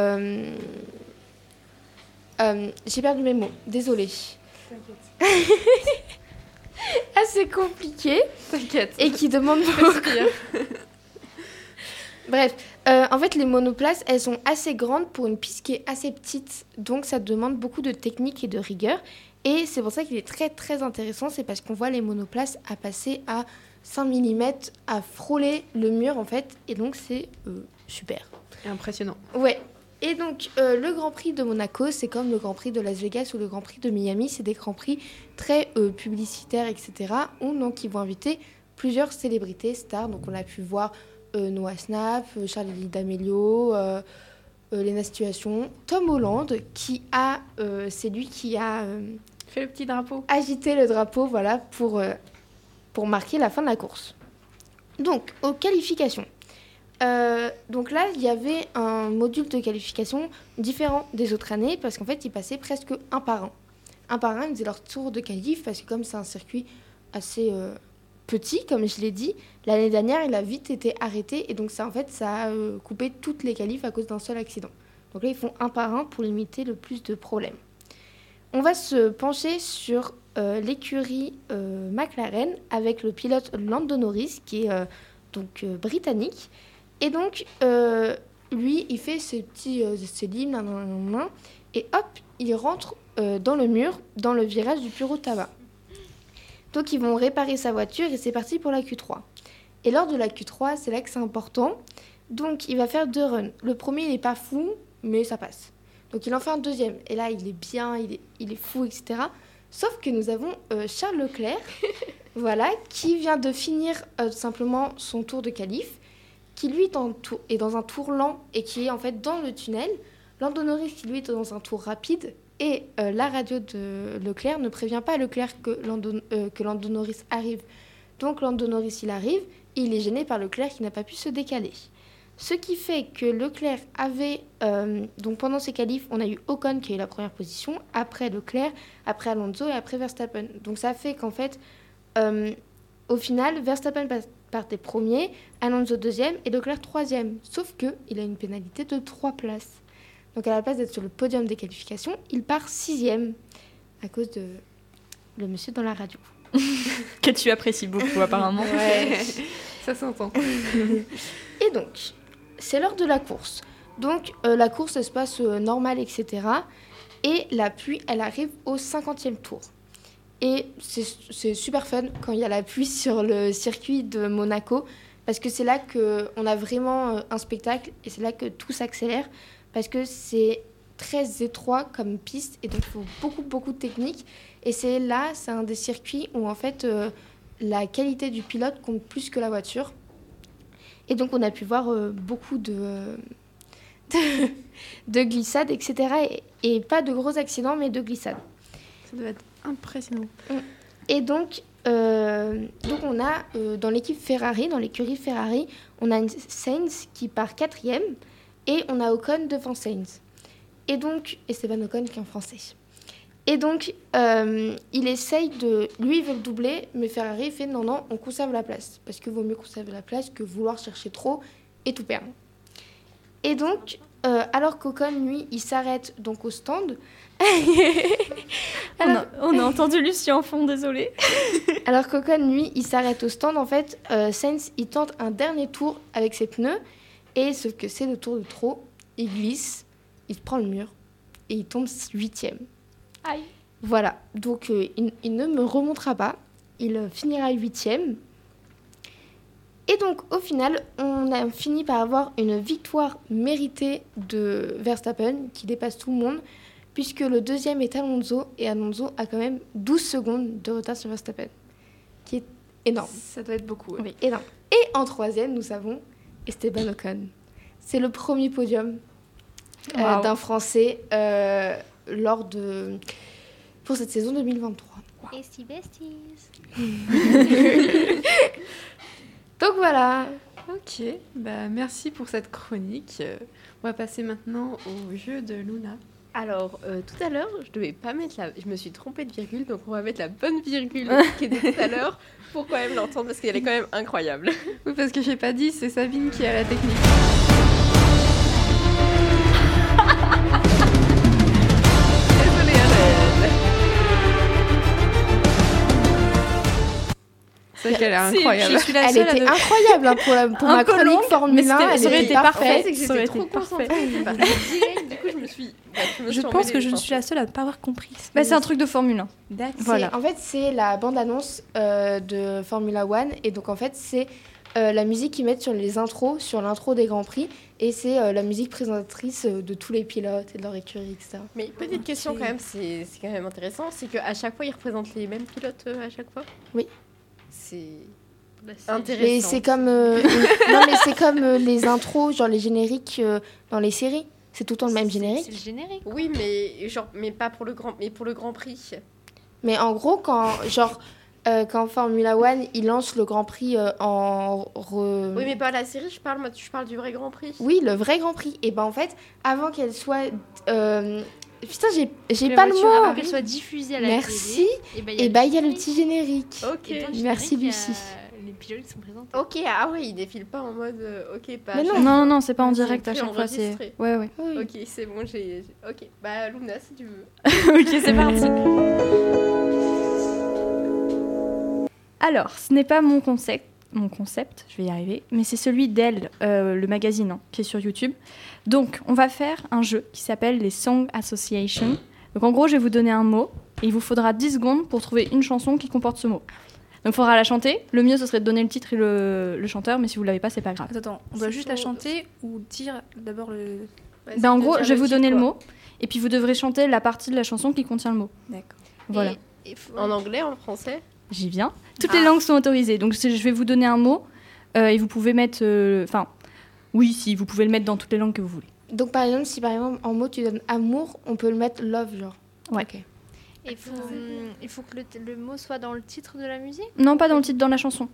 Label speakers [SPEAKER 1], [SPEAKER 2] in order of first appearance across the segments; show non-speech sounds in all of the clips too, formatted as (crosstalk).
[SPEAKER 1] euh, euh, j'ai perdu mes mots, désolée. (laughs) assez Ah, compliqué
[SPEAKER 2] T'inquiète.
[SPEAKER 1] et qui demande beaucoup. (laughs) Bref, euh, en fait, les monoplaces, elles sont assez grandes pour une piste qui est assez petite, donc ça demande beaucoup de technique et de rigueur. Et c'est pour ça qu'il est très très intéressant, c'est parce qu'on voit les monoplaces à passer à 5 mm, à frôler le mur en fait, et donc c'est euh, super.
[SPEAKER 2] Impressionnant.
[SPEAKER 1] Ouais. Et donc, euh, le Grand Prix de Monaco, c'est comme le Grand Prix de Las Vegas ou le Grand Prix de Miami. C'est des Grands Prix très euh, publicitaires, etc. Où, donc, ils vont inviter plusieurs célébrités, stars. Donc, on a pu voir euh, Noah Snap, euh, Charlie D'Amelio, euh, euh, Lena Situation, Tom Holland, qui a... euh, c'est lui qui a euh,
[SPEAKER 2] Fais le petit drapeau.
[SPEAKER 1] agité le drapeau, voilà, pour, euh, pour marquer la fin de la course. Donc, aux qualifications. Euh, donc là, il y avait un module de qualification différent des autres années parce qu'en fait, ils passaient presque un par un. Un par un, ils faisaient leur tour de qualif parce que comme c'est un circuit assez euh, petit, comme je l'ai dit, l'année dernière, il a vite été arrêté et donc ça, en fait, ça a euh, coupé toutes les qualifs à cause d'un seul accident. Donc là, ils font un par un pour limiter le plus de problèmes. On va se pencher sur euh, l'écurie euh, McLaren avec le pilote Lando Norris qui est euh, donc euh, britannique. Et donc, euh, lui, il fait ses petits euh, ses lignes, nan, nan, nan, nan, et hop, il rentre euh, dans le mur, dans le virage du bureau de tabac. Donc, ils vont réparer sa voiture et c'est parti pour la Q3. Et lors de la Q3, c'est là que c'est important. Donc, il va faire deux runs. Le premier, il n'est pas fou, mais ça passe. Donc il en fait un deuxième. Et là, il est bien, il est, il est fou, etc. Sauf que nous avons euh, Charles Leclerc, voilà, qui vient de finir euh, tout simplement son tour de qualif, qui lui est, en tour- est dans un tour lent et qui est en fait dans le tunnel. Lando Norris, qui lui est dans un tour rapide. Et euh, la radio de Leclerc ne prévient pas Leclerc que Lando, euh, que Lando Norris arrive. Donc Lando Norris, il arrive. et il est gêné par Leclerc qui n'a pas pu se décaler. Ce qui fait que Leclerc avait, euh, donc pendant ces qualifs, on a eu Ocon qui a eu la première position, après Leclerc, après Alonso et après Verstappen. Donc ça fait qu'en fait, euh, au final, Verstappen pas- partait premier, Alonso deuxième et Leclerc troisième. Sauf que il a une pénalité de trois places. Donc à la place d'être sur le podium des qualifications, il part sixième à cause de le monsieur dans la radio.
[SPEAKER 3] Que tu apprécies (laughs) beaucoup, apparemment.
[SPEAKER 2] (laughs) Ça s'entend.
[SPEAKER 1] Et donc, c'est l'heure de la course. Donc, euh, la course, elle se passe euh, normale, etc. Et la pluie, elle arrive au 50e tour. Et c'est c'est super fun quand il y a la pluie (laughs) sur le circuit de Monaco, parce que c'est là qu'on a vraiment euh, un spectacle et c'est là que tout s'accélère, parce que c'est très étroit comme piste et donc il faut beaucoup, beaucoup de technique. Et c'est là, c'est un des circuits où en fait euh, la qualité du pilote compte plus que la voiture. Et donc, on a pu voir euh, beaucoup de, euh, (laughs) de, de glissades, etc. Et, et pas de gros accidents, mais de glissades.
[SPEAKER 2] Ça doit être impressionnant.
[SPEAKER 1] Et donc, euh, donc on a euh, dans l'équipe Ferrari, dans l'écurie Ferrari, on a une Sainz qui part quatrième et on a Ocon devant Sainz. Et donc, Esteban Ocon qui est en français. Et donc, euh, il essaye de. Lui, il veut le doubler, mais Ferrari fait non, non, on conserve la place. Parce que vaut mieux conserver la place que vouloir chercher trop et tout perdre. Et donc, euh, alors qu'Ocon, lui, il s'arrête donc au stand. (laughs)
[SPEAKER 3] On a, on a entendu Lucie en fond, désolée.
[SPEAKER 1] Alors qu'Ocon, lui, il s'arrête au stand. En fait, euh, Sainz, il tente un dernier tour avec ses pneus. Et sauf que c'est le tour de trop. Il glisse, il prend le mur et il tombe huitième.
[SPEAKER 3] Aïe.
[SPEAKER 1] Voilà. Donc, euh, il, il ne me remontera pas. Il euh, finira huitième. Et donc, au final, on a fini par avoir une victoire méritée de Verstappen, qui dépasse tout le monde, puisque le deuxième est Alonso, et Alonso a quand même 12 secondes de retard sur Verstappen, qui est énorme.
[SPEAKER 2] Ça doit être beaucoup.
[SPEAKER 1] Oui, énorme. Et en troisième, nous avons Esteban Ocon. C'est le premier podium euh,
[SPEAKER 3] Waouh.
[SPEAKER 1] d'un Français euh, lors de pour cette saison 2023.
[SPEAKER 4] Bestie besties.
[SPEAKER 1] Donc voilà.
[SPEAKER 2] Ok, bah merci pour cette chronique. Euh, On va passer maintenant au jeu de Luna. Alors, euh, tout à l'heure, je devais pas mettre la... Je me suis trompée de virgule, donc on va mettre la bonne (laughs) virgule qui était tout à l'heure pour quand même l'entendre, parce qu'elle est quand même incroyable. Oui, parce que j'ai pas dit, c'est Sabine qui a la technique. hein,
[SPEAKER 3] c'est-
[SPEAKER 2] Ah, incroyable.
[SPEAKER 3] Je suis la
[SPEAKER 1] Elle
[SPEAKER 3] seule à
[SPEAKER 1] était
[SPEAKER 3] ne-
[SPEAKER 1] incroyable hein, pour, la, pour
[SPEAKER 3] (laughs) Un
[SPEAKER 1] ma
[SPEAKER 3] peu
[SPEAKER 1] chronique
[SPEAKER 3] longue, mais
[SPEAKER 1] Formule 1.
[SPEAKER 3] c'était-
[SPEAKER 1] elle
[SPEAKER 3] ça aurait
[SPEAKER 1] était
[SPEAKER 3] été
[SPEAKER 1] parfaite.
[SPEAKER 3] parfait.
[SPEAKER 2] C'est que
[SPEAKER 3] Ça aurait
[SPEAKER 2] j'étais trop
[SPEAKER 3] été parfait.
[SPEAKER 2] concentrée. (laughs) j'étais pas- Direct, du coup, je me suis. ouais, me
[SPEAKER 3] Je
[SPEAKER 2] suis
[SPEAKER 3] pense que
[SPEAKER 2] emmêlée,
[SPEAKER 3] je ne
[SPEAKER 2] pense.
[SPEAKER 3] suis la seule à ne pas avoir compris.
[SPEAKER 5] Bah, c'est un truc de Formule 1.
[SPEAKER 1] C'est-
[SPEAKER 3] Voilà.
[SPEAKER 1] En fait, c'est la bande-annonce euh, de Formula One. Et donc, en fait, c'est euh, la musique qu'ils mettent sur les intros, sur l'intro des Grands Prix. Et c'est euh, la musique présentatrice euh, de tous les pilotes et de leur écurie, etc.
[SPEAKER 2] Mais petite question quand même, c'est c'est quand même intéressant, c'est qu'à chaque fois, ils représentent les mêmes pilotes euh, à chaque fois
[SPEAKER 1] Oui.
[SPEAKER 2] Bah, C'est
[SPEAKER 1] Mais
[SPEAKER 2] intéressant.
[SPEAKER 1] c'est comme, euh, une- non, mais c'est comme euh, les intros, genre les génériques euh, dans les séries. C'est tout le temps le même
[SPEAKER 4] C'est-
[SPEAKER 1] générique.
[SPEAKER 4] C'est le générique.
[SPEAKER 2] Oui, mais genre, mais pas pour le grand, mais pour le Grand Prix.
[SPEAKER 1] Mais en gros, quand, genre, euh, quand Formula One, ils lancent le Grand Prix euh, en... re-
[SPEAKER 2] Oui, mais pas la série. Je parle, moi, je parle du vrai Grand Prix.
[SPEAKER 1] Oui, le vrai Grand Prix. Et ben en fait, avant qu'elle soit... euh, Putain, j'ai- j'ai
[SPEAKER 3] Les
[SPEAKER 1] pas le
[SPEAKER 3] voitures
[SPEAKER 1] mot.
[SPEAKER 4] Avant qu'elle soit diffusée à la
[SPEAKER 1] Merci.
[SPEAKER 4] télé. Et bah,
[SPEAKER 1] Et bah, il y a le petit générique.
[SPEAKER 2] Ok.
[SPEAKER 4] Et dans le
[SPEAKER 1] Merci,
[SPEAKER 4] générique, il y a
[SPEAKER 1] Lucie.
[SPEAKER 4] Les pilotes qui sont présents.
[SPEAKER 2] Ok. Ah ouais, ils défilent pas en mode. euh, ok, pas.
[SPEAKER 1] Mais
[SPEAKER 5] Non, non, non, c'est pas en
[SPEAKER 2] C'est
[SPEAKER 5] direct à chaque fois. C'est...
[SPEAKER 2] préenregistré.
[SPEAKER 5] Ouais, ouais.
[SPEAKER 1] Oui.
[SPEAKER 2] Ok, c'est bon. J'ai. j'ai- Ok. Bah, Luna, si tu veux.
[SPEAKER 5] (laughs)
[SPEAKER 3] ok, c'est parti.
[SPEAKER 5] Alors, ce n'est pas mon concept, mon concept, je vais y arriver, mais c'est celui d'elle, euh, le magazine, hein, qui est sur YouTube. Donc, on va faire un jeu qui s'appelle les Song Association. Donc, en gros, je vais vous donner un mot et il vous faudra 10 secondes pour trouver une chanson qui comporte ce mot. Donc, il faudra la chanter. Le mieux, ce serait de donner le titre et le, le chanteur, mais si vous ne l'avez pas, c'est pas grave.
[SPEAKER 6] Attends, attends, on doit
[SPEAKER 2] C'est
[SPEAKER 6] juste la
[SPEAKER 2] pour-
[SPEAKER 6] chanter ou dire d'abord le.
[SPEAKER 2] Vas-y,
[SPEAKER 5] Ben, en
[SPEAKER 2] t'as
[SPEAKER 5] gros,
[SPEAKER 2] déjà
[SPEAKER 5] je vais vous
[SPEAKER 2] réussi,
[SPEAKER 5] donner le
[SPEAKER 2] quoi.
[SPEAKER 5] mot et puis vous devrez chanter la partie de la chanson qui contient le mot.
[SPEAKER 6] D'accord.
[SPEAKER 5] Voilà.
[SPEAKER 4] Et- et faut-
[SPEAKER 2] En anglais, en français.
[SPEAKER 5] J'y viens. Toutes
[SPEAKER 4] Ah.
[SPEAKER 5] les langues sont autorisées. Donc c'est- je vais vous donner un mot euh, et vous pouvez mettre. euh, Enfin, oui, si, vous pouvez le mettre dans toutes les langues que vous voulez.
[SPEAKER 1] Donc par exemple, si par exemple en mot tu donnes amour, on peut le mettre love, genre.
[SPEAKER 5] Ouais.
[SPEAKER 1] Ok.
[SPEAKER 4] et faut, hum, il faut que le, le mot soit dans le titre de la musique.
[SPEAKER 5] Non, pas dans le titre, dans la chanson.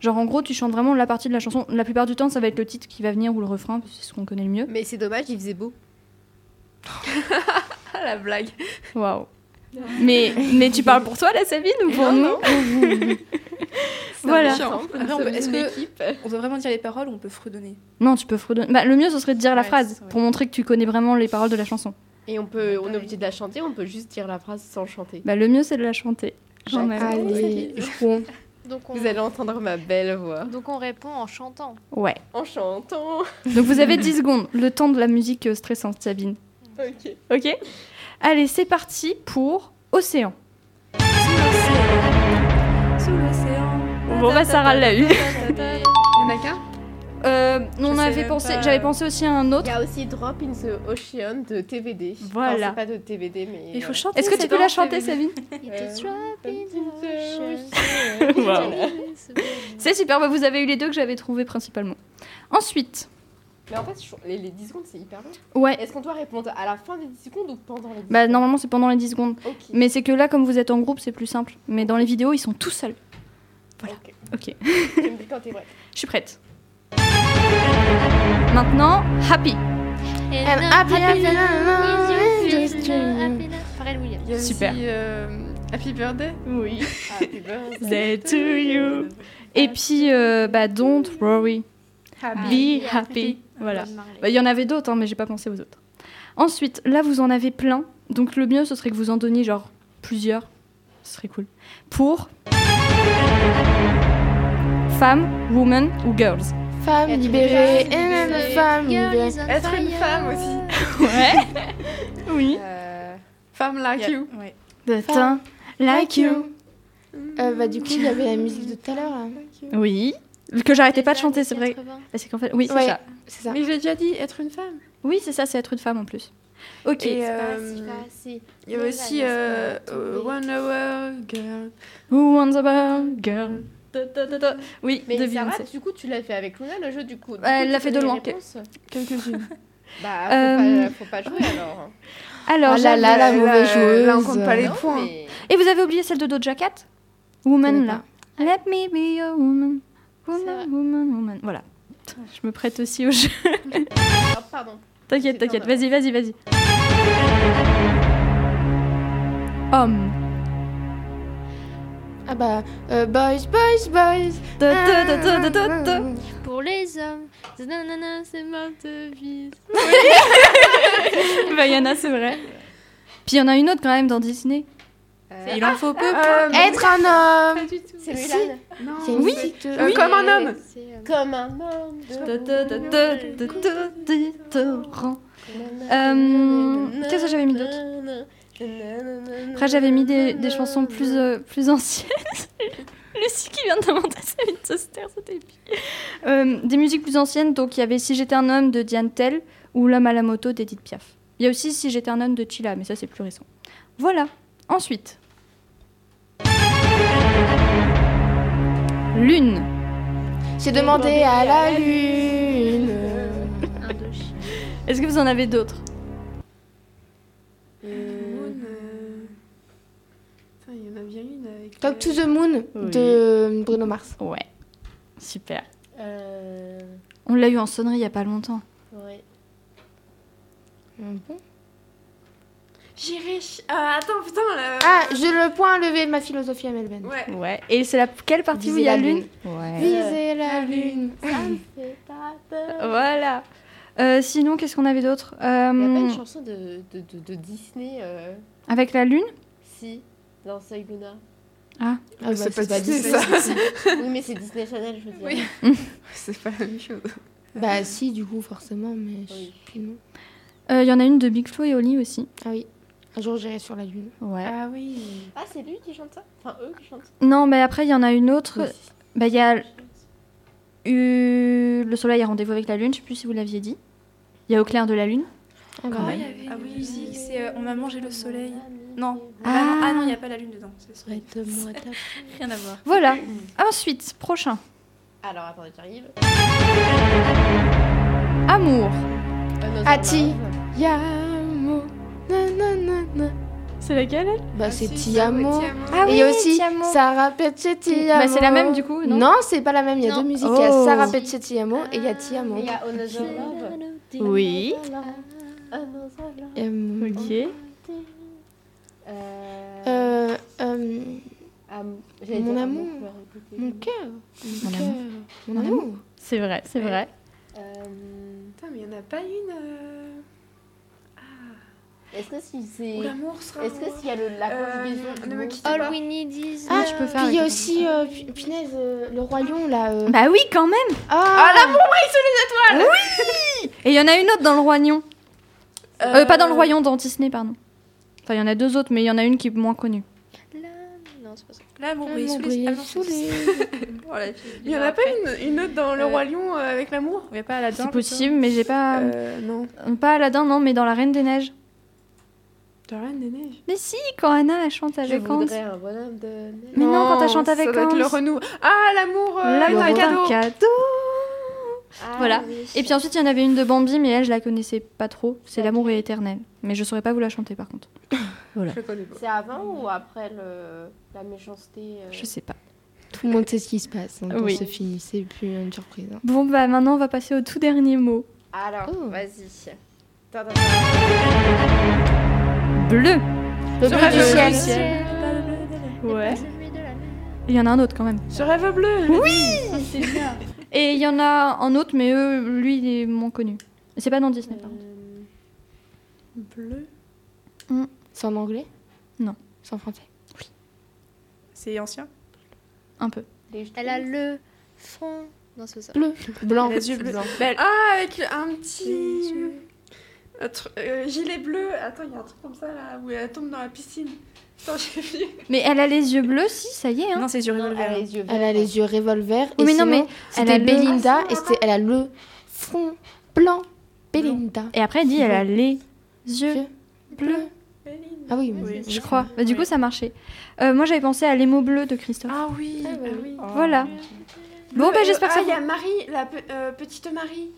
[SPEAKER 5] Genre en gros, tu chantes vraiment la partie de la chanson. La plupart du temps, ça va être le titre qui va venir ou le refrain, parce que c'est ce qu'on connaît le mieux.
[SPEAKER 2] Mais c'est dommage, il faisait (laughs) beau.
[SPEAKER 3] Ah, la blague.
[SPEAKER 5] Waouh. (laughs) Mais, mais tu parles pour toi, la Sabine, ou pour nous Voilà.
[SPEAKER 6] Après, on peut- est-ce que-
[SPEAKER 2] équipe
[SPEAKER 6] On doit vraiment dire les paroles ou on peut fredonner
[SPEAKER 5] Non, tu peux fredonner. Bah, le mieux, ce serait de dire la
[SPEAKER 6] Ouais,
[SPEAKER 5] phrase,
[SPEAKER 6] c'est vrai.
[SPEAKER 5] pour montrer que tu connais vraiment les paroles de la chanson.
[SPEAKER 2] Et on peut, on est obligé de la chanter. On peut juste dire la phrase sans chanter.
[SPEAKER 5] Bah, le mieux, c'est de la chanter. Quand même.
[SPEAKER 1] Allez, Ron.
[SPEAKER 4] Donc on,
[SPEAKER 2] Vous allez entendre ma belle voix
[SPEAKER 4] donc on répond en chantant.
[SPEAKER 1] (laughs)
[SPEAKER 5] Ouais.
[SPEAKER 2] en chantant.
[SPEAKER 5] Donc vous avez 10 secondes, le temps de la musique euh, stressante, Sabine.
[SPEAKER 2] (laughs) Ok.
[SPEAKER 5] Ok Allez, c'est parti pour Océan.
[SPEAKER 6] Sous l'océan.
[SPEAKER 5] Bon, bah, Sarah l'a eu.
[SPEAKER 2] Il y en a qu'un
[SPEAKER 5] Euh, on
[SPEAKER 6] sais
[SPEAKER 5] avait
[SPEAKER 6] même
[SPEAKER 5] pensé,
[SPEAKER 6] pas.
[SPEAKER 5] j'avais pensé aussi à un
[SPEAKER 2] Il
[SPEAKER 5] autre.
[SPEAKER 2] y a aussi Drop in the Ocean de TVD.
[SPEAKER 5] Voilà.
[SPEAKER 2] Enfin, c'est pas de TVD, mais.
[SPEAKER 6] Il faut chanter.
[SPEAKER 5] Est-ce que tu
[SPEAKER 6] c'est
[SPEAKER 5] peux
[SPEAKER 6] dans
[SPEAKER 5] la chanter,
[SPEAKER 6] TVD.
[SPEAKER 5] Sabine
[SPEAKER 4] Il
[SPEAKER 2] Euh,
[SPEAKER 4] te drop in
[SPEAKER 1] (laughs)
[SPEAKER 2] chanter.
[SPEAKER 4] the
[SPEAKER 5] Wow.
[SPEAKER 4] ocean.
[SPEAKER 5] C'est super, bah, vous avez eu les deux que j'avais trouvés principalement. Ensuite,
[SPEAKER 2] Mais en fait, je trouve- les, les 10 secondes, c'est hyper long.
[SPEAKER 5] ouais,
[SPEAKER 2] Est-ce qu'on doit répondre à la fin des 10 secondes ou pendant les 10
[SPEAKER 5] bah
[SPEAKER 2] secondes
[SPEAKER 5] normalement c'est pendant les 10 secondes.
[SPEAKER 2] Ok.
[SPEAKER 5] Mais c'est que là, comme vous êtes en groupe, c'est plus simple. Mais dans les vidéos, ils sont tout seuls. voilà.
[SPEAKER 2] Ok.
[SPEAKER 5] Ok,
[SPEAKER 2] Tu me dis quand t'es prête.
[SPEAKER 5] (laughs) je suis prête. Maintenant, Happy.
[SPEAKER 1] And happy, happy, happy, just dream.
[SPEAKER 4] Pharrell Williams.
[SPEAKER 2] Il y a
[SPEAKER 5] Super.
[SPEAKER 2] aussi, euh, Happy Birthday.
[SPEAKER 5] Oui.
[SPEAKER 2] Happy Birthday.
[SPEAKER 5] That to you. Et puis, euh, bah, Don't Worry, Be Happy. Voilà.
[SPEAKER 4] Bob
[SPEAKER 5] Bah,
[SPEAKER 4] Marley.
[SPEAKER 5] Il y en avait d'autres, hein, mais j'ai pas pensé aux autres. Ensuite, là, vous en avez plein. Donc, le mieux, ce serait que vous en donniez genre plusieurs. Ce serait cool. Pour. Femme, woman ou girls.
[SPEAKER 1] Femme
[SPEAKER 2] Être
[SPEAKER 1] libérée,
[SPEAKER 2] libérée,
[SPEAKER 1] et même
[SPEAKER 2] libérée.
[SPEAKER 1] femme
[SPEAKER 4] Girl
[SPEAKER 1] libérée.
[SPEAKER 4] is on
[SPEAKER 2] Être une
[SPEAKER 4] fire.
[SPEAKER 2] femme aussi.
[SPEAKER 5] Ouais. oui.
[SPEAKER 2] Euh, Femme like
[SPEAKER 6] Yeah.
[SPEAKER 2] you.
[SPEAKER 6] Ouais.
[SPEAKER 5] Putain, like you.
[SPEAKER 1] Euh, bah du coup, il y avait la musique de tout à l'heure. hein. là.
[SPEAKER 5] Oui. Que j'arrêtais pas de
[SPEAKER 4] Les
[SPEAKER 5] chanter,
[SPEAKER 4] années
[SPEAKER 5] c'est vrai.
[SPEAKER 4] 80.
[SPEAKER 5] Parce qu'en fait, oui, c'est
[SPEAKER 1] Ouais,
[SPEAKER 5] ça.
[SPEAKER 1] c'est ça.
[SPEAKER 2] Mais j'ai déjà dit être une femme.
[SPEAKER 5] Oui, c'est ça, c'est être une femme en plus. Ok.
[SPEAKER 6] Et
[SPEAKER 4] C'est
[SPEAKER 6] euh,
[SPEAKER 4] pas assez.
[SPEAKER 6] il y avait
[SPEAKER 4] Mais
[SPEAKER 6] aussi
[SPEAKER 4] là,
[SPEAKER 6] euh,
[SPEAKER 4] laisse tomber.
[SPEAKER 6] euh, One Hour Girl.
[SPEAKER 5] Who wants a ball, girl? Da, da, da, da. Oui,
[SPEAKER 2] Mais
[SPEAKER 5] de
[SPEAKER 2] Sarah,
[SPEAKER 5] Beyoncé.
[SPEAKER 2] du coup, tu l'as fait avec Luna le jeu du coup. Du
[SPEAKER 5] Elle
[SPEAKER 2] coup, tu
[SPEAKER 5] l'a fait de
[SPEAKER 2] connais les
[SPEAKER 5] loin.
[SPEAKER 2] réponses
[SPEAKER 6] Quelques-unes.
[SPEAKER 2] Bah,
[SPEAKER 5] Euh,
[SPEAKER 2] faut, pas, faut pas jouer alors.
[SPEAKER 5] Alors,
[SPEAKER 1] Ah là
[SPEAKER 5] j'avais-
[SPEAKER 1] là, la mauvaise joueuse.
[SPEAKER 6] Là, on compte pas les
[SPEAKER 2] Non,
[SPEAKER 6] points.
[SPEAKER 2] mais-
[SPEAKER 5] Et vous avez oublié celle de Doja Cat Woman,
[SPEAKER 1] connais
[SPEAKER 5] là. Let me be a woman.
[SPEAKER 4] C'est vrai.
[SPEAKER 5] Woman, woman, woman. Voilà. Je me prête aussi au jeu.
[SPEAKER 2] Ah, pardon.
[SPEAKER 5] T'inquiète,
[SPEAKER 2] C'était en
[SPEAKER 5] t'inquiète. Vas-y, vas-y, vas-y. Homme.
[SPEAKER 1] Ah bah, euh, boys, boys, boys. Ah,
[SPEAKER 5] Da, da, da, da, da, da, da.
[SPEAKER 4] Pour les hommes. Nanana, c'est mort de vie.
[SPEAKER 5] Bah, y en a, c'est vrai. Puis il y en a une autre quand même dans Disney. Il en faut
[SPEAKER 6] Ah,
[SPEAKER 5] peu.
[SPEAKER 1] ah. Être un homme
[SPEAKER 2] Pas du tout.
[SPEAKER 4] C'est
[SPEAKER 1] Si.
[SPEAKER 4] Mulan.
[SPEAKER 2] Non,
[SPEAKER 1] Il y a une
[SPEAKER 2] oui.
[SPEAKER 1] petite, euh,
[SPEAKER 2] Euh, Comme un homme.
[SPEAKER 4] C'est, euh,
[SPEAKER 2] Comme un homme.
[SPEAKER 5] Euh, Qu'est-ce que j'avais mis d'autre Après, j'avais mis des, des chansons plus, euh, plus (laughs) anciennes. Lucie qui vient de demander sa une toaster, c'était épique. Euh, des musiques plus anciennes, donc il y avait Si j'étais un homme de Diane Tell ou L'homme à la moto d'Edith Piaf. Il y a aussi Si j'étais un homme de Chila, mais ça c'est plus récent. Voilà. Ensuite. Lune.
[SPEAKER 1] J'ai demandé à la lune.
[SPEAKER 4] Indochine.
[SPEAKER 5] Est-ce que vous en avez d'autres
[SPEAKER 6] Moon, euh,
[SPEAKER 2] Putain, il y en a bien une avec.
[SPEAKER 1] Talk to the Moon de Bruno Mars.
[SPEAKER 5] Ouais. Super.
[SPEAKER 2] Euh,
[SPEAKER 5] On l'a eu en sonnerie il y a pas longtemps.
[SPEAKER 2] ouais.
[SPEAKER 6] J'irai. ch- Ah, attends, putain. là.
[SPEAKER 1] Ah, j'ai le point levé de ma philosophie à Melbourne.
[SPEAKER 6] Ouais.
[SPEAKER 5] Ouais. Et c'est la quelle partie où
[SPEAKER 1] Viser
[SPEAKER 5] il y a
[SPEAKER 1] la
[SPEAKER 5] lune
[SPEAKER 1] lune.
[SPEAKER 5] Ouais.
[SPEAKER 1] Viser la lune.
[SPEAKER 4] Ça me fait pas peur.
[SPEAKER 5] Voilà. Euh, sinon, qu'est-ce qu'on avait d'autre Euh,
[SPEAKER 2] Il y a pas une chanson de, de, de, de Disney euh,
[SPEAKER 5] Avec la lune
[SPEAKER 2] Si, dans Soy
[SPEAKER 5] (laughs)
[SPEAKER 2] Luna.
[SPEAKER 1] Ah, bah,
[SPEAKER 6] C'est pas Disney,
[SPEAKER 1] Disney,
[SPEAKER 6] ça.
[SPEAKER 2] oui, mais c'est Disney Channel, je veux dire.
[SPEAKER 6] Oui. C'est pas la même chose.
[SPEAKER 1] Bah si, du coup, forcément, mais...
[SPEAKER 2] Oui.
[SPEAKER 1] non.
[SPEAKER 5] Euh, Il y en a une de Big Flo et Oli aussi.
[SPEAKER 1] Ah oui, un jour j'irai sur la lune.
[SPEAKER 5] Ouais.
[SPEAKER 6] Ah oui.
[SPEAKER 2] Ah, c'est lui qui chante ça Enfin, eux qui chantent ça
[SPEAKER 5] Non, mais après, il y en a une autre.
[SPEAKER 2] Oui.
[SPEAKER 5] Bah, il y a eu... Le soleil a rendez-vous avec la lune, je sais plus si vous l'aviez dit. Il y a Au clair de la lune.
[SPEAKER 1] Ah, bah,
[SPEAKER 6] Ah,
[SPEAKER 1] ouais.
[SPEAKER 6] il y avait une musique, c'est euh, On a mangé le soleil. Non.
[SPEAKER 5] Ah.
[SPEAKER 6] Ah, non, ah non, il n'y a pas la lune dedans. C'est le soleil.
[SPEAKER 3] Rien à voir.
[SPEAKER 5] Voilà. Ensuite, prochain.
[SPEAKER 2] Alors, attendez, j'arrive.
[SPEAKER 5] Amour.
[SPEAKER 1] Ati. Yamo. Na, na, na, na.
[SPEAKER 5] C'est laquelle
[SPEAKER 1] Bah
[SPEAKER 6] Ah,
[SPEAKER 1] c'est
[SPEAKER 6] si,
[SPEAKER 1] Tiamo.
[SPEAKER 6] Tiamo.
[SPEAKER 1] Et
[SPEAKER 5] Ah oui,
[SPEAKER 1] il y a aussi
[SPEAKER 5] Tiamo.
[SPEAKER 1] Sarah Pechettiamo.
[SPEAKER 5] Bah, c'est la même, du coup, non
[SPEAKER 1] c'est pas la même, il y a
[SPEAKER 4] Non.
[SPEAKER 1] deux musiques. Il y a
[SPEAKER 5] Oh.
[SPEAKER 1] Sarah Pechettiamo et il y a Tiamo.
[SPEAKER 2] Il y a Another Love.
[SPEAKER 5] Oui.
[SPEAKER 2] Another Love.
[SPEAKER 1] Euh,
[SPEAKER 5] Ok.
[SPEAKER 2] Euh,
[SPEAKER 1] euh, euh,
[SPEAKER 2] am- j'allais
[SPEAKER 1] mon
[SPEAKER 2] dire
[SPEAKER 1] amour.
[SPEAKER 2] je l'aurais répété.
[SPEAKER 1] mon cœur.
[SPEAKER 5] Mon
[SPEAKER 1] cœur,
[SPEAKER 5] amour.
[SPEAKER 1] Mon
[SPEAKER 5] Mon
[SPEAKER 1] amour.
[SPEAKER 5] C'est vrai, c'est vrai.
[SPEAKER 2] Euh,
[SPEAKER 6] Putain, mais il n'y en a pas une. euh,
[SPEAKER 2] Est-ce que si c'est.
[SPEAKER 6] Où l'amour sera.
[SPEAKER 2] Est-ce que s'il y a le, la
[SPEAKER 6] Euh,
[SPEAKER 2] conjugaison du
[SPEAKER 6] ne me
[SPEAKER 2] mot-
[SPEAKER 6] quitte
[SPEAKER 4] All
[SPEAKER 6] pas.
[SPEAKER 4] we need is
[SPEAKER 1] Ah,
[SPEAKER 4] love.
[SPEAKER 5] tu peux faire
[SPEAKER 1] Puis il y a
[SPEAKER 5] avec-
[SPEAKER 1] aussi, euh, pu- punaise, euh, le roi lion là. euh.
[SPEAKER 5] Bah oui, quand même
[SPEAKER 1] Ah,
[SPEAKER 5] Et il y en a une autre dans le Royaume. Euh, pas dans le Royaume, dans Disney, pardon. Enfin, il y en a deux autres, mais il y en a une qui est moins connue.
[SPEAKER 4] Love. Non, c'est pas ça.
[SPEAKER 6] L'amour brille
[SPEAKER 1] l'amour
[SPEAKER 6] sous les.
[SPEAKER 1] brille
[SPEAKER 6] Ah non,
[SPEAKER 1] sous
[SPEAKER 6] c'est-
[SPEAKER 1] les-
[SPEAKER 6] Oh, la fille. Il n'y en a pas une, une autre dans Le
[SPEAKER 2] Euh,
[SPEAKER 6] Roi Lion euh, avec l'amour
[SPEAKER 3] Il n'y a pas Aladdin.
[SPEAKER 5] C'est
[SPEAKER 3] plutôt
[SPEAKER 5] possible, mais j'ai pas.
[SPEAKER 6] Euh, non.
[SPEAKER 5] Pas Aladdin, non, mais dans La Reine des Neiges.
[SPEAKER 6] La Reine des Neiges.
[SPEAKER 5] Mais si, quand Anna, elle chante
[SPEAKER 2] Je
[SPEAKER 5] avec Hans.
[SPEAKER 2] voudrais un bonhomme de neige.
[SPEAKER 5] Mais non, quand elle chante avec
[SPEAKER 6] ça doit être
[SPEAKER 5] Hans.
[SPEAKER 6] le renou. Ah, l'amour euh,
[SPEAKER 5] L'amour
[SPEAKER 6] est un cadeau.
[SPEAKER 2] Ah,
[SPEAKER 5] Voilà.
[SPEAKER 2] oui.
[SPEAKER 5] Et puis ensuite, il y en avait une de Bambi, mais elle, je la connaissais pas trop. C'est L'amour est éternel. Mais je saurais pas vous la chanter, par
[SPEAKER 6] (laughs)
[SPEAKER 5] contre.
[SPEAKER 6] Je le connais pas.
[SPEAKER 2] C'est avant ou après le, la méchanceté euh,
[SPEAKER 5] Je sais pas.
[SPEAKER 1] Tout le monde sait ce qui se passe hein, dans
[SPEAKER 5] Oui.
[SPEAKER 1] ce film, c'est plus une surprise. hein.
[SPEAKER 5] Bon, bah maintenant, on va passer au tout dernier mot.
[SPEAKER 2] Alors,
[SPEAKER 1] Oh.
[SPEAKER 2] vas-y. Attends, attends.
[SPEAKER 5] Bleu
[SPEAKER 1] Le
[SPEAKER 6] Sur
[SPEAKER 1] bruit
[SPEAKER 6] la
[SPEAKER 1] du
[SPEAKER 6] bleue,
[SPEAKER 1] ciel.
[SPEAKER 6] le
[SPEAKER 5] Ouais.
[SPEAKER 4] Celui de la mer.
[SPEAKER 5] Il y en a un autre, quand même.
[SPEAKER 6] Ce rêve bleu. Ah, Oui.
[SPEAKER 5] Et il y en a un autre, mais eux, lui, il est moins connu. C'est pas dans Disney, par contre.
[SPEAKER 2] Euh,
[SPEAKER 6] Bleu.
[SPEAKER 1] C'est en anglais
[SPEAKER 5] Non.
[SPEAKER 1] C'est en français
[SPEAKER 6] C'est ancien.
[SPEAKER 5] Un peu.
[SPEAKER 2] les jetons.
[SPEAKER 4] Elle a le front. Non, c'est pas ça.
[SPEAKER 1] Bleu. Blanc.
[SPEAKER 6] Les yeux bleus. Ah, avec un petit. un tru- euh, gilet bleu. Attends, il y a un truc comme ça là où elle tombe dans la piscine. Attends, j'ai vu.
[SPEAKER 5] Mais elle a les yeux bleus, si, ça y est. Hein.
[SPEAKER 3] Non, c'est du
[SPEAKER 2] Non, elle a
[SPEAKER 3] revolver.
[SPEAKER 2] les yeux
[SPEAKER 1] Elle a
[SPEAKER 2] verts.
[SPEAKER 1] les yeux revolver.
[SPEAKER 5] Oui,
[SPEAKER 1] et
[SPEAKER 5] mais non,
[SPEAKER 1] sinon,
[SPEAKER 5] mais elle a
[SPEAKER 1] c'était
[SPEAKER 5] le-
[SPEAKER 1] Belinda et c'était, elle a le front blanc. Belinda.
[SPEAKER 5] Et après, elle dit, elle a les yeux.
[SPEAKER 1] Yeux bleus.
[SPEAKER 6] Béline.
[SPEAKER 1] Ah oui,
[SPEAKER 6] Oui.
[SPEAKER 5] Je crois. Bah, du coup, ça marchait. Euh, moi, j'avais pensé à les mots bleus de Christophe.
[SPEAKER 6] Ah oui.
[SPEAKER 1] Ah, bah
[SPEAKER 6] ah
[SPEAKER 1] oui.
[SPEAKER 6] oui.
[SPEAKER 5] Voilà. Bon, bah,
[SPEAKER 6] Euh,
[SPEAKER 5] j'espère que ça
[SPEAKER 6] Ah, il y a
[SPEAKER 5] vous...
[SPEAKER 6] Marie, la pe- euh, petite Marie.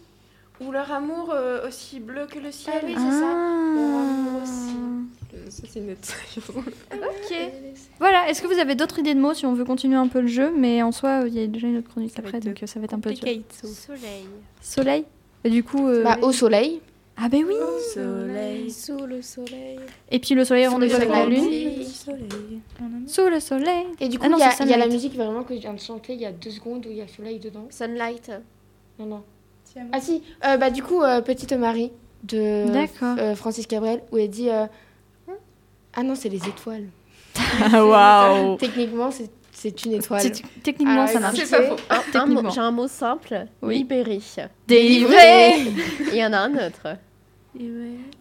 [SPEAKER 6] Ou leur amour euh, aussi bleu que le ciel.
[SPEAKER 4] Ah oui, c'est ça.
[SPEAKER 5] Ah.
[SPEAKER 6] Euh, Ça, c'est une autre
[SPEAKER 5] Ok. Voilà, est-ce que vous avez d'autres idées de mots si on veut continuer un peu le jeu Mais en soi, il y a déjà une autre chronique
[SPEAKER 6] Ça va
[SPEAKER 5] après,
[SPEAKER 6] être
[SPEAKER 5] donc euh, ça va être un peu dur.
[SPEAKER 3] Kate.
[SPEAKER 4] Soleil.
[SPEAKER 5] Soleil Et du coup... euh,
[SPEAKER 1] Bah, au soleil.
[SPEAKER 5] Ah ben oui
[SPEAKER 6] Soleil.
[SPEAKER 4] Sous le soleil.
[SPEAKER 5] Et puis le soleil a rendez-vous avec la lune. Sous le soleil.
[SPEAKER 1] Et du coup,
[SPEAKER 5] Ah non,
[SPEAKER 1] il y a,
[SPEAKER 5] c'est
[SPEAKER 1] il y a la
[SPEAKER 5] Sunlight.
[SPEAKER 1] musique vraiment que je viens de chanter il y a deux secondes où il y a soleil dedans.
[SPEAKER 2] Sunlight.
[SPEAKER 1] Non, non. Ah si, euh, bah du coup, euh, Petite Marie de
[SPEAKER 5] D'accord.
[SPEAKER 1] euh, Francis Cabrel où elle dit... euh, Ah non, c'est les étoiles.
[SPEAKER 5] Waouh
[SPEAKER 1] (laughs) Techniquement, c'est- c'est une étoile.
[SPEAKER 5] C'est- Techniquement,
[SPEAKER 1] Ah,
[SPEAKER 5] ça marche.
[SPEAKER 1] C'est pas faux.
[SPEAKER 2] Un- un mot-
[SPEAKER 5] techniquement.
[SPEAKER 2] J'ai un mot simple.
[SPEAKER 5] Oui.
[SPEAKER 2] Libéré.
[SPEAKER 5] Délivré
[SPEAKER 2] Il y en a un autre.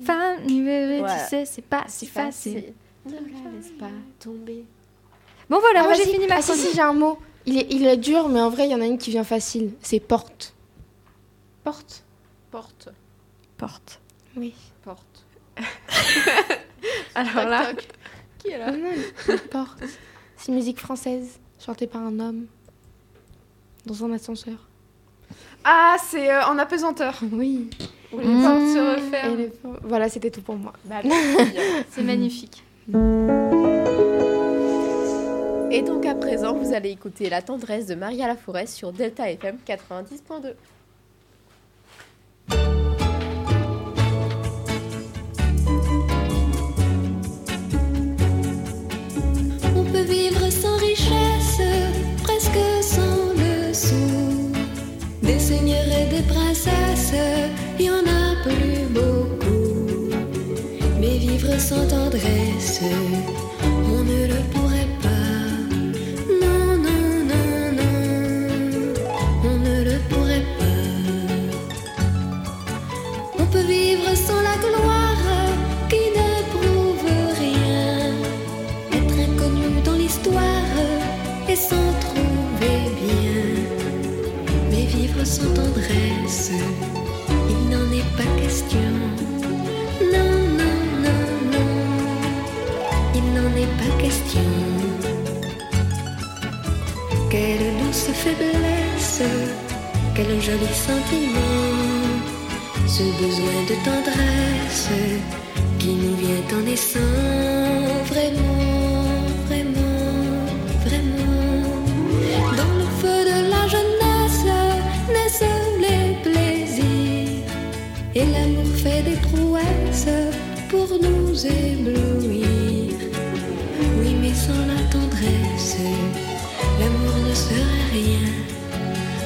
[SPEAKER 5] Femme libérée,
[SPEAKER 2] Voilà.
[SPEAKER 5] tu sais, c'est pas si facile.
[SPEAKER 2] Ne la laisse pas tomber.
[SPEAKER 5] Bon, voilà,
[SPEAKER 1] Ah,
[SPEAKER 5] moi
[SPEAKER 1] vas-y.
[SPEAKER 5] j'ai fini ma
[SPEAKER 1] Ah si,
[SPEAKER 5] chronique.
[SPEAKER 1] si, j'ai un mot. Il est, il est dur, mais en vrai, il y en a une qui vient facile. C'est porte. Porte
[SPEAKER 2] Porte.
[SPEAKER 5] Porte.
[SPEAKER 1] Oui.
[SPEAKER 2] Porte.
[SPEAKER 6] Alors là,
[SPEAKER 2] Qui est là
[SPEAKER 1] Non, non, une porte. C'est une musique française, chantée par un homme. Dans un ascenseur.
[SPEAKER 6] ah, c'est euh, en apesanteur.
[SPEAKER 1] Oui.
[SPEAKER 6] Où les portes se
[SPEAKER 1] Et
[SPEAKER 6] referment.
[SPEAKER 1] les- Voilà, c'était tout pour moi.
[SPEAKER 2] Bah,
[SPEAKER 5] C'est magnifique.
[SPEAKER 2] Et donc à présent, vous allez écouter La tendresse de Maria Laforest sur Delta FM 90.2.
[SPEAKER 4] On peut vivre sans richesse, presque sans le sou. Des seigneurs et des princesses, il y en a plus beaucoup. Mais vivre sans tendresse, on ne le pourrait pas. Non, non, non, non, on ne le pourrait pas. On peut vivre sans la gloire qui ne prouve rien. Être inconnu dans l'histoire et s'en trouver bien. Mais vivre sans tendresse, il n'en est pas question. Non, non, non, non, il n'en est pas question. Quelle douce faiblesse, quel joli sentiment ce besoin de tendresse qui nous vient en naissant vraiment, vraiment, vraiment. Dans le feu de la jeunesse naissent les plaisirs et l'amour fait des prouesses pour nous éblouir. Oui, mais sans la tendresse, l'amour ne serait rien.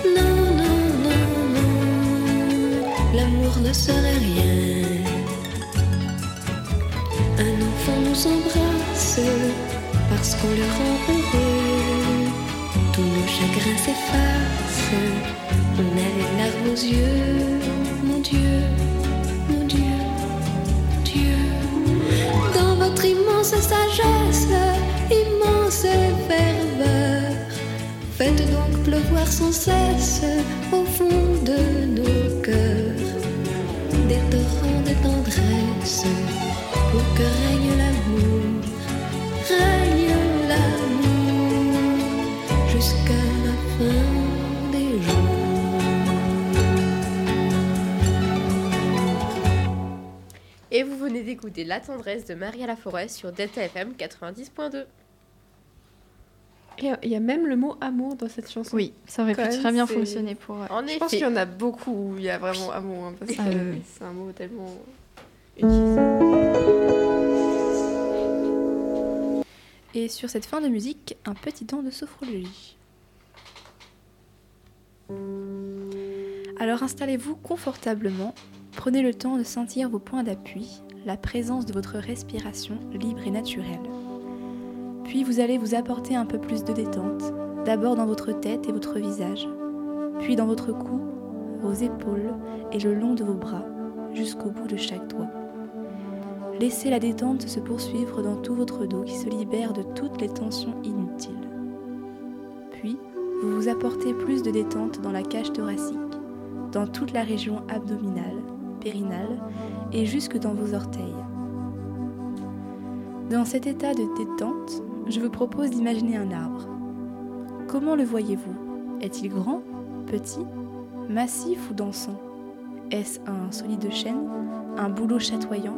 [SPEAKER 4] Non, non, non, non, l'amour ne serait rien. Un enfant nous embrasse parce qu'on le rend heureux. Tous nos chagrins s'effacent, on a les larmes aux yeux. Mon Dieu, mon Dieu, Dieu. Dans votre immense sagesse, immense ferveur, Faites donc pleuvoir sans cesse au fond de nos cœurs des torrents de tendresse pour que règne l'amour, règne l'amour jusqu'à la fin des jours.
[SPEAKER 2] Et vous venez d'écouter La tendresse de Maria Laforest sur Delta FM 90.2.
[SPEAKER 6] Il y a- il y, a même le mot amour dans cette chanson.
[SPEAKER 5] Oui, ça aurait
[SPEAKER 6] Quand
[SPEAKER 5] pu
[SPEAKER 6] même,
[SPEAKER 5] très bien
[SPEAKER 6] c'est-
[SPEAKER 5] fonctionner pour.
[SPEAKER 3] (laughs)
[SPEAKER 5] euh,
[SPEAKER 2] En
[SPEAKER 6] Je pense
[SPEAKER 2] effet.
[SPEAKER 6] qu'il y en a beaucoup où il y a vraiment amour. hein, parce que
[SPEAKER 5] Ah oui.
[SPEAKER 6] c'est un mot tellement utilisé.
[SPEAKER 3] Et sur cette fin de musique, un petit temps de sophrologie. Alors installez-vous confortablement, prenez le temps de sentir vos points d'appui, la présence de votre respiration libre et naturelle. Puis vous allez vous apporter un peu plus de détente, d'abord dans votre tête et votre visage, puis dans votre cou, vos épaules et le long de vos bras, jusqu'au bout de chaque doigt. Laissez la détente se poursuivre dans tout votre dos qui se libère de toutes les tensions inutiles. Puis, vous vous apportez plus de détente dans la cage thoracique, dans toute la région abdominale, périnale et jusque dans vos orteils. Dans cet état de détente, je vous propose d'imaginer un arbre. Comment le voyez-vous Est-il grand, petit, massif ou dansant Est-ce un solide chêne, un bouleau chatoyant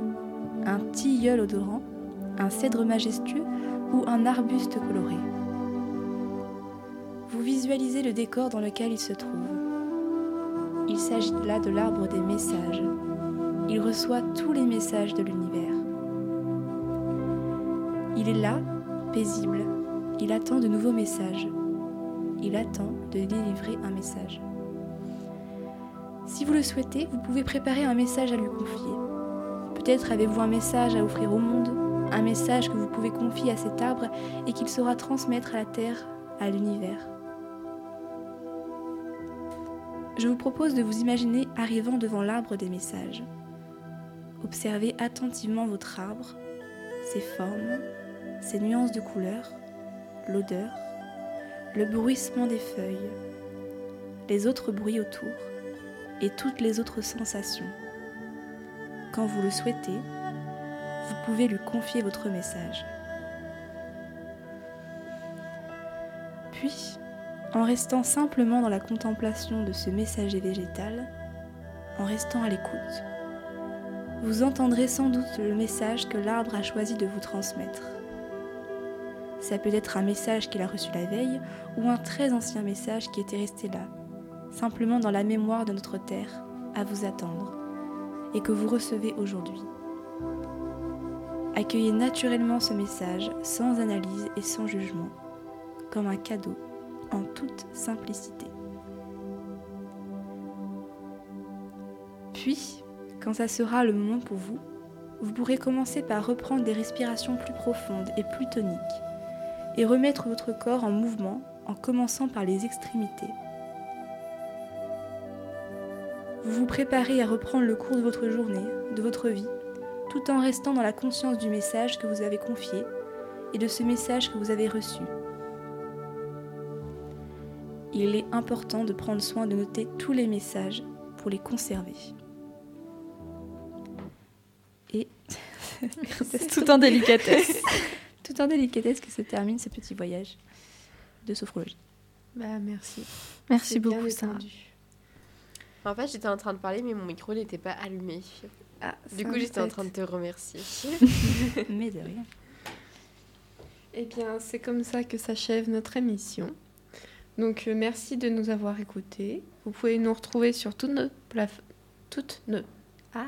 [SPEAKER 3] un tilleul odorant, un cèdre majestueux ou un arbuste coloré. Vous visualisez le décor dans lequel il se trouve. Il s'agit là de l'arbre des messages. Il reçoit tous les messages de l'univers. Il est là, paisible. Il attend de nouveaux messages. Il attend de délivrer un message. Si vous le souhaitez, vous pouvez préparer un message à lui confier. Peut-être avez-vous un message à offrir au monde, un message que vous pouvez confier à cet arbre et qu'il saura transmettre à la Terre, à l'univers. Je vous propose de vous imaginer arrivant devant l'arbre des messages. Observez attentivement votre arbre, ses formes, ses nuances de couleurs, l'odeur, le bruissement des feuilles, les autres bruits autour et toutes les autres sensations. Quand vous le souhaitez, vous pouvez lui confier votre message. Puis, en restant simplement dans la contemplation de ce messager végétal, en restant à l'écoute, vous entendrez sans doute le message que l'arbre a choisi de vous transmettre. Ça peut être un message qu'il a reçu la veille ou un très ancien message qui était resté là, simplement dans la mémoire de notre Terre, à vous attendre, et que vous recevez aujourd'hui. Accueillez naturellement ce message sans analyse et sans jugement, comme un cadeau, en toute simplicité. Puis, quand ça sera le moment pour vous, vous pourrez commencer par reprendre des respirations plus profondes et plus toniques, et remettre votre corps en mouvement en commençant par les extrémités. Vous vous préparez à reprendre le cours de votre journée, de votre vie, tout en restant dans la conscience du message que vous avez confié et de ce message que vous avez reçu. Il est important de prendre soin de noter tous les messages pour les conserver. Et
[SPEAKER 5] C'est tout en délicatesse.
[SPEAKER 3] (laughs) tout en délicatesse que se termine ce petit voyage de sophrologie.
[SPEAKER 2] Bah, merci.
[SPEAKER 5] Merci
[SPEAKER 2] C'est bien
[SPEAKER 5] beaucoup, Sarah.
[SPEAKER 2] détendu. En fait, j'étais en train de parler, mais mon micro n'était pas allumé.
[SPEAKER 6] Ah,
[SPEAKER 2] Du coup, j'étais en train de te remercier.
[SPEAKER 3] Mais de rien.
[SPEAKER 2] Eh bien, c'est comme ça que s'achève notre émission. Donc, euh, merci de nous avoir écoutés. Vous pouvez nous retrouver sur toutes nos plaf... Toutes nos... Ah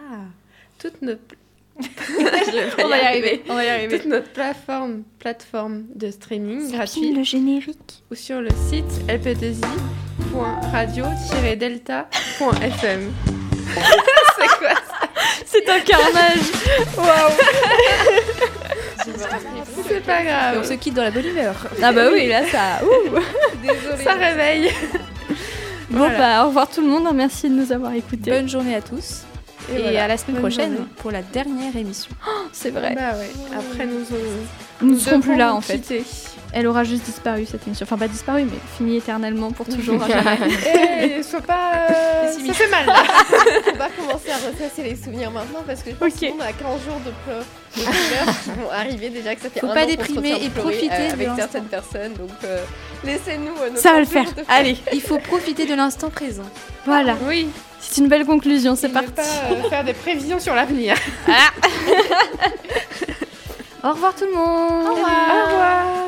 [SPEAKER 2] Toutes nos...
[SPEAKER 5] (laughs)
[SPEAKER 2] pl- Je vais
[SPEAKER 5] On
[SPEAKER 2] pas
[SPEAKER 5] va y arriver. On va y
[SPEAKER 2] Toutes nos plateformes, plateformes de streaming gratuites
[SPEAKER 5] Le générique.
[SPEAKER 2] ou sur le site
[SPEAKER 5] (laughs)
[SPEAKER 2] lp2i.radio-delta.fm. c'est quoi
[SPEAKER 5] C'est un
[SPEAKER 3] (laughs)
[SPEAKER 5] carnage. (laughs)
[SPEAKER 2] C'est pas
[SPEAKER 3] Et on
[SPEAKER 2] grave.
[SPEAKER 3] se quitte dans la bonne humeur.
[SPEAKER 5] Ah bah oui, là ça. ouh.
[SPEAKER 2] Ça réveille.
[SPEAKER 5] Bon bah au revoir tout le monde, merci de nous avoir écoutés.
[SPEAKER 3] Bonne journée à tous. Et,
[SPEAKER 2] voilà.
[SPEAKER 3] à la semaine
[SPEAKER 2] Bonne
[SPEAKER 3] prochaine
[SPEAKER 2] journée.
[SPEAKER 3] pour la dernière émission.
[SPEAKER 5] Oh, C'est vrai.
[SPEAKER 2] Bah ouais. Après, nous on...
[SPEAKER 5] Nous ne serons plus
[SPEAKER 2] devrons
[SPEAKER 5] là
[SPEAKER 2] nous
[SPEAKER 5] en fait.
[SPEAKER 2] quitter.
[SPEAKER 5] Elle aura juste disparu cette émission. Enfin pas disparu, mais finie éternellement pour toujours. à jamais.
[SPEAKER 2] Eh, sois pas. euh, ça fait mal
[SPEAKER 5] (laughs)
[SPEAKER 2] là.
[SPEAKER 7] On va commencer à retracer les souvenirs maintenant parce que je pense
[SPEAKER 5] Ok.
[SPEAKER 7] qu'on a 15 jours de pleurs, de pleurs qui vont arriver déjà que ça fait
[SPEAKER 3] Faut
[SPEAKER 7] un
[SPEAKER 3] pas
[SPEAKER 7] an qu'on se
[SPEAKER 3] déprimer
[SPEAKER 7] retient
[SPEAKER 3] et
[SPEAKER 7] pleurer,
[SPEAKER 3] profiter
[SPEAKER 7] euh,
[SPEAKER 3] de
[SPEAKER 7] avec
[SPEAKER 3] l'instant.
[SPEAKER 7] certaines personnes. Donc euh, laissez-nous. euh, nos
[SPEAKER 5] hein. Ça va le
[SPEAKER 7] 15
[SPEAKER 5] faire.
[SPEAKER 7] jours de pleurs.
[SPEAKER 5] Allez,
[SPEAKER 3] Il faut profiter de l'instant présent.
[SPEAKER 5] voilà.
[SPEAKER 2] Oui,
[SPEAKER 5] C'est une belle conclusion, c'est
[SPEAKER 2] et ne
[SPEAKER 5] parti.
[SPEAKER 2] pas euh, faire des prévisions sur l'avenir.
[SPEAKER 5] Au revoir tout le monde.
[SPEAKER 2] Au revoir.